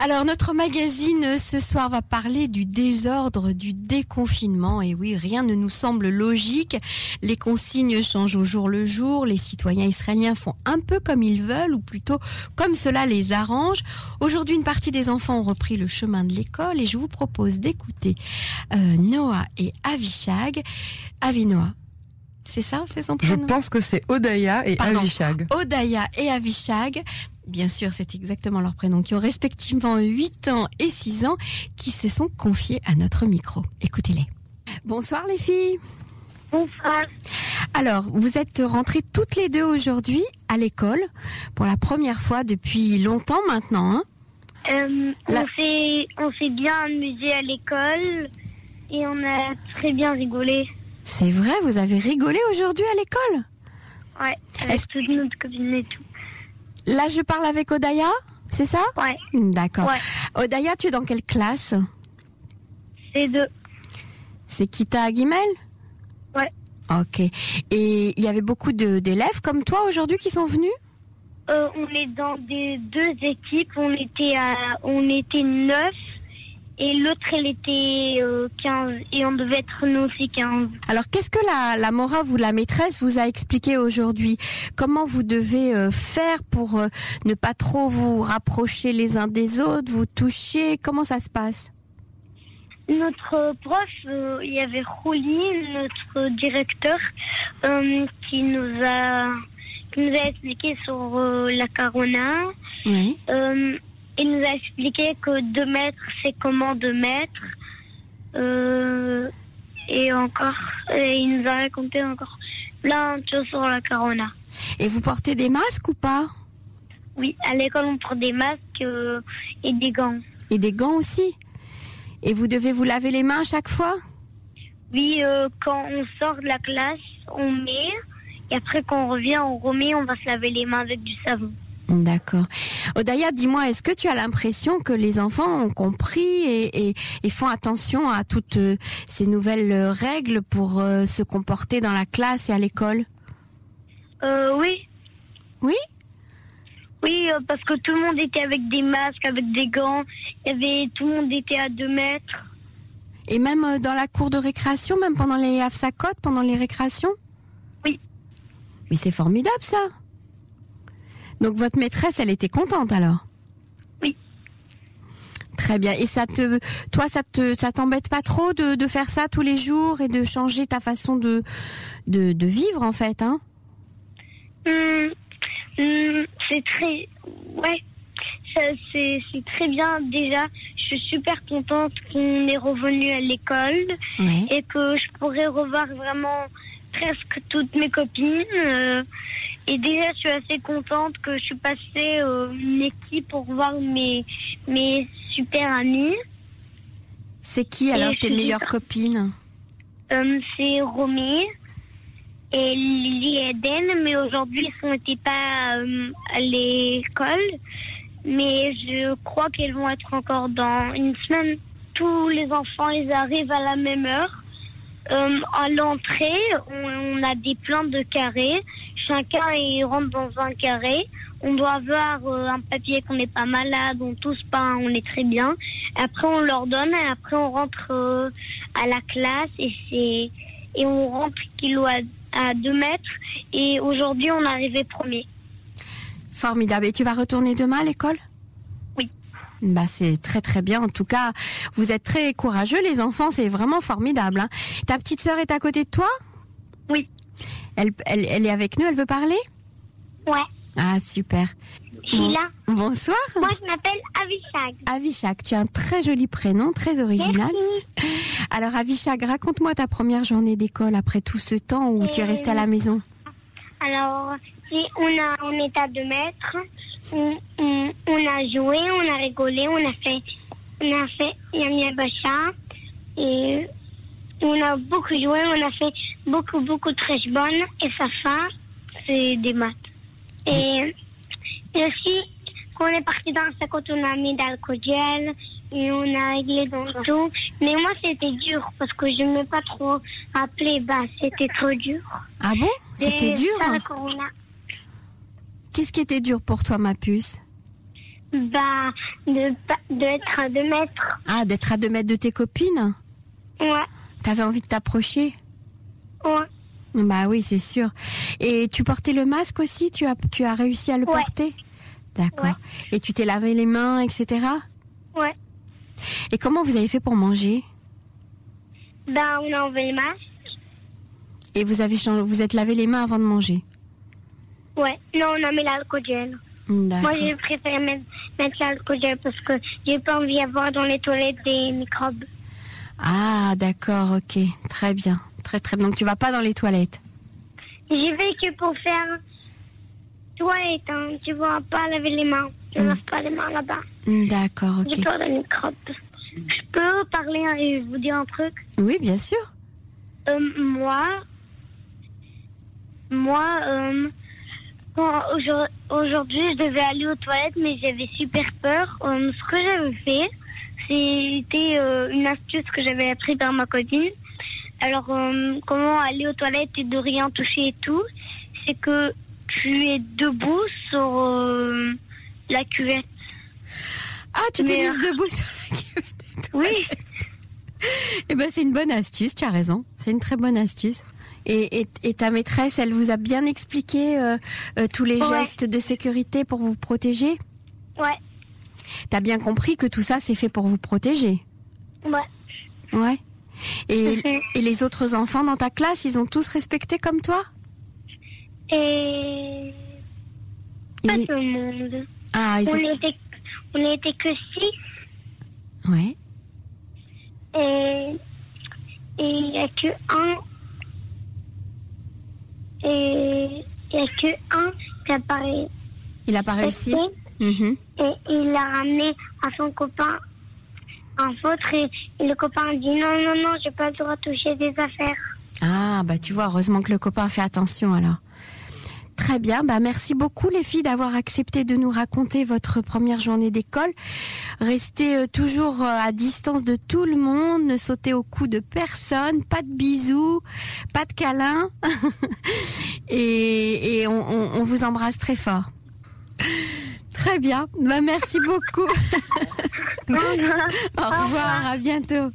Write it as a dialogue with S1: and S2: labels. S1: Alors notre magazine euh, ce soir va parler du désordre, du déconfinement. Et oui, rien ne nous semble logique. Les consignes changent au jour le jour. Les citoyens israéliens font un peu comme ils veulent, ou plutôt comme cela les arrange. Aujourd'hui, une partie des enfants ont repris le chemin de l'école et je vous propose d'écouter euh, Noah et Avishag. Avinoa, c'est ça, c'est son
S2: Je
S1: prénom
S2: pense que c'est Odaya et
S1: Pardon.
S2: Avishag.
S1: Odaya et Avishag. Bien sûr, c'est exactement leur prénom, qui ont respectivement 8 ans et 6 ans, qui se sont confiés à notre micro. Écoutez-les. Bonsoir les filles.
S3: Bonsoir.
S1: Alors, vous êtes rentrées toutes les deux aujourd'hui à l'école, pour la première fois depuis longtemps maintenant. hein
S3: Euh,
S1: La-
S3: On s'est on s'est bien amusé à l'école et on a très bien rigolé.
S1: c'est vrai, vous avez rigolé aujourd'hui à l'école.
S3: Ouais. Avec
S1: Est-ce-
S3: toute notre copine et tout.
S1: Là, je parle avec Odaya, c'est ça
S3: Ouais.
S1: D'accord.
S3: Ouais.
S1: Odaya, tu es dans quelle classe
S3: C'est deux.
S1: C'est Kita à Guimel
S3: Ouais.
S1: Ok. Et il y avait beaucoup de- d'élèves comme toi aujourd'hui qui sont venus
S3: Euh, on est dans des deux équipes. On était à on était neuf et l'autre elle était euh, 15 et on devait être nous aussi 15.
S1: Alors qu'est-ce que la, la morave ou la maîtresse vous a expliqué aujourd'hui Comment vous devez euh, faire pour euh, ne pas trop vous rapprocher les uns des autres, vous toucher Comment ça se passe
S3: Notre prof, euh, il y avait Rouli, notre directeur, euh, qui nous a qui nous a expliqué sur euh, la carona.
S1: Oui.
S3: Euh, il nous a expliqué que 2 mètres, c'est comment 2 mètres. Euh, et encore, et il nous a raconté encore plein de choses sur la corona.
S1: Et vous portez des masques ou pas
S3: Oui, à l'école, on prend des masques euh, et des gants.
S1: Et des gants aussi Et vous devez vous laver les mains à chaque fois
S3: Oui, euh, quand on sort de la classe, on met. Et après, quand on revient, on remet, on va se laver les mains avec du savon.
S1: D'accord. Odaya, dis-moi, est-ce que tu as l'impression que les enfants ont compris et, et- et font attention à toutes euh, ces nouvelles euh, règles pour euh, se comporter dans la classe et à l'école
S3: Euh, oui.
S1: Oui
S3: Oui, euh, parce que tout le monde était avec des masques, avec des gants. Il y avait, tout le monde était à 2 mètres.
S1: Et même euh, dans la cour de récréation, même pendant les afsacotes, pendant les récréations
S3: Oui.
S1: Mais c'est formidable ça Donc votre maîtresse, elle était contente alors
S3: Oui.
S1: Très bien. Et ça te, toi, ça te, ça t'embête pas trop de, de faire ça tous les jours et de changer ta façon de, de, de vivre en fait, hein
S3: Hum, hum, c'est très. Ouais. Ça, c'est, c'est très bien déjà. Je suis super contente qu'on est revenu à l'école
S1: Oui.
S3: et que je pourrais revoir vraiment presque toutes mes copines. euh, et déjà, je suis assez contente que je suis passée euh, une équipe pour voir mes, mes super amies.
S1: C'est qui alors
S3: Et je
S1: tes
S3: suis
S1: meilleures
S3: hyper-
S1: copines
S3: Euh, c'est Romy et Lily et Eden, mais aujourd'hui elles n'étaient pas euh, à l'école. Mais je crois qu'elles vont être encore dans une semaine. Tous les enfants, ils arrivent à la même heure. Euh, à l'entrée, on, on a des plans de carrés. Chacun il rentre dans un carré. On doit avoir euh, un papier qu'on n'est pas malade, on tousse pas, on est très bien. Après, on leur donne et après on rentre. euh, à la classe et c'est et on rentre kilo à, à 2 mètres et aujourd'hui on arrivait premier.
S1: Formidable. Et tu vas retourner demain à l'école
S3: Oui.
S1: Bah c'est très très bien. En tout cas, vous êtes très courageux les enfants. C'est vraiment formidable. hein. Ta petite sœur est à côté de toi
S3: Oui.
S1: Elle, elle, elle est avec nous. Elle veut parler
S3: Ouais.
S1: Ah super.
S3: Sheila,
S1: Bonsoir.
S3: moi je m'appelle Avishag.
S1: Avishak, tu as un très joli prénom, très original. Alors Avishak, raconte-moi ta première journée d'école après tout ce temps où
S3: Euh,
S1: tu es resté à la maison.
S3: Alors, si on a on est à 2 mètres, on, on- on a joué, on a rigolé, on a fait on a fait Yam Yam Bacha et on a beaucoup joué, on a fait beaucoup beaucoup de bonnes et Safa, c'est des maths. Et, et aussi quand on est parti dans sa côte, on a mis d'alcool gel et on a réglé dans le tout. Mais moi c'était dur parce que je ne m'ai pas trop rappelé, bah c'était trop dur.
S1: Ah bon C'était
S3: Et
S1: dur.
S3: ça,
S1: hein
S3: la corona.
S1: Qu'est-ce qui était dur pour toi, ma puce
S3: Bah, de, pa- de être à 2 mètres.
S1: Ah, d'être à deux mètres de tes copines
S3: Ouais,
S1: T'avais envie de t'approcher
S3: ouais.
S1: Bah oui, c'est sûr. Et tu portais le masque aussi Tu as, tu as réussi à le
S3: Ouais.
S1: porter D'accord. Et tu t'es lavé les mains, etc.
S3: Ouais.
S1: Et comment vous avez fait pour manger
S3: Bah, on a enlevé le masque.
S1: Et vous avez chang- vous êtes lavé les mains avant de manger
S3: Ouais. Non, on a mis l'alcool gel.
S1: Hmm, D'accord.
S3: Moi, j'ai préféré mettre, mettre l'alcool gel parce que j'ai pas envie d'avoir dans les toilettes des microbes.
S1: Ah, d'accord, ok. Très bien. Très, très bien. Donc tu vas pas dans les toilettes
S3: J'y vais que pour faire toilette, hein. Tu vois, pas laver les mains. Je lave pas les mains là-bas.
S1: Hmm, D'accord, Mm.
S3: J'ai
S1: ok.
S3: peur des microbes. Je peux parler hein, et vous dire un truc
S1: Oui, bien sûr.
S3: Euh, moi, moi, euh, quand aujourd- aujourd'hui, je devais aller aux toilettes, mais j'avais super peur. Euh, ce que j'avais fait, c'était euh, une astuce que j'avais appris par ma copine. Alors, euh, comment aller aux toilettes et de rien toucher et tout, c'est que tu es debout sur euh, la cuvette.
S1: Ah, tu t'es
S3: Mais, euh,
S1: mise debout sur la cuvette.
S3: Oui,
S1: Eh ben, c'est une bonne astuce, tu as raison. C'est une très bonne astuce. Et, et, et ta maîtresse, elle vous a bien expliqué euh, euh, tous les
S3: Ouais.
S1: gestes de sécurité pour vous protéger
S3: ouais,
S1: T'as bien compris que tout ça, c'est fait pour vous protéger
S3: ouais.
S1: Ouais. Et, et les autres enfants dans ta classe, ils ont tous respecté comme toi
S3: Et pas
S1: Ils-
S3: tout le monde.
S1: Ah, ils
S3: On
S1: étaient-
S3: était, on était que six
S1: Ouais.
S3: et Euh, et il n'y a que un. Et il n'y a que un qui a pas ré-
S1: Il a pas réussi
S3: resté
S1: Mhm.
S3: Et euh, il l'a ramené à son copain, un vôtre, et, et le copain a dit non, non, non, j'ai pas le droit de toucher des affaires.
S1: Ah, bah tu vois, heureusement que le copain fait attention alors. Très bien, bah merci beaucoup les filles d'avoir accepté de nous raconter votre première journée d'école. Restez euh, toujours euh, à distance de tout le monde, ne sautez au cou de personne, pas de bisous, pas de câlins. et et on, on- on vous embrasse très fort. Très bien, bah merci beaucoup.
S3: Non, non.
S1: Au revoir, à bientôt.